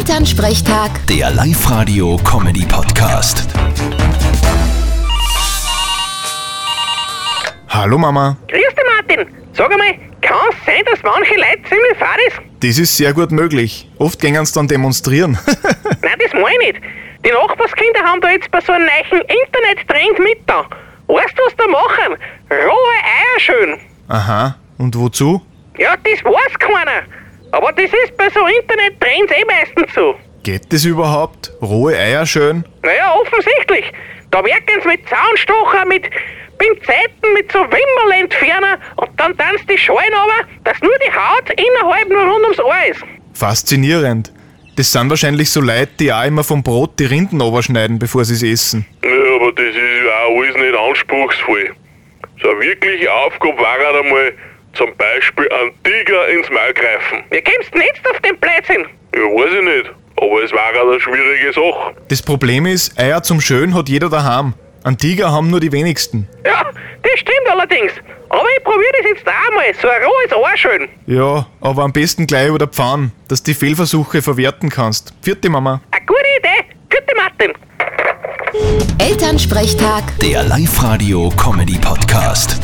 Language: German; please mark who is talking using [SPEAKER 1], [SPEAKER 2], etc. [SPEAKER 1] Elternsprechtag,
[SPEAKER 2] Der Live-Radio-Comedy-Podcast.
[SPEAKER 3] Hallo Mama,
[SPEAKER 4] Grüß dich, Martin. Sag einmal, kann es sein, dass manche Leute ziemlich fahr ist?
[SPEAKER 3] das ist sehr gut möglich. Oft gängen sie dann demonstrieren.
[SPEAKER 4] Nein, das meine ich nicht. Die Nachbarskinder haben da jetzt bei so einem neuen Internet-Trend mit da. Weißt du, was da machen? Rohe Eier schön.
[SPEAKER 3] Aha, und wozu?
[SPEAKER 4] Ja, das weiß keiner. Aber das ist bei so Internet-Trends eh meistens so.
[SPEAKER 3] Geht das überhaupt? Rohe Eier schön?
[SPEAKER 4] Naja, offensichtlich. Da werken sie mit Zaunstocher, mit Pinzetten, mit so Wimmerlentferner und dann tanzt die Schalen aber, dass nur die Haut innerhalb nur rund ums Ohr ist.
[SPEAKER 3] Faszinierend. Das sind wahrscheinlich so Leute, die auch immer vom Brot die Rinden oberschneiden, bevor sie es essen.
[SPEAKER 5] Ja, aber das ist ja auch alles nicht anspruchsvoll. So eine wirkliche Aufgabe war einmal zum Beispiel einen Tiger ins Maul greifen.
[SPEAKER 4] Wie kommst denn jetzt auf den Blödsinn?
[SPEAKER 5] Ja, weiß ich nicht, aber es war eine schwierige Sache.
[SPEAKER 3] Das Problem ist, Eier zum Schön hat jeder daheim. An Tiger haben nur die wenigsten.
[SPEAKER 4] Ja, das stimmt allerdings. Aber ich probiere das jetzt auch mal. So ein rohes Ohr schön.
[SPEAKER 3] Ja, aber am besten gleich über der Pfanne, dass die Fehlversuche verwerten kannst. Vierte Mama.
[SPEAKER 4] Eine gute Idee. Gute Martin.
[SPEAKER 1] Elternsprechtag.
[SPEAKER 2] Der Live-Radio-Comedy-Podcast.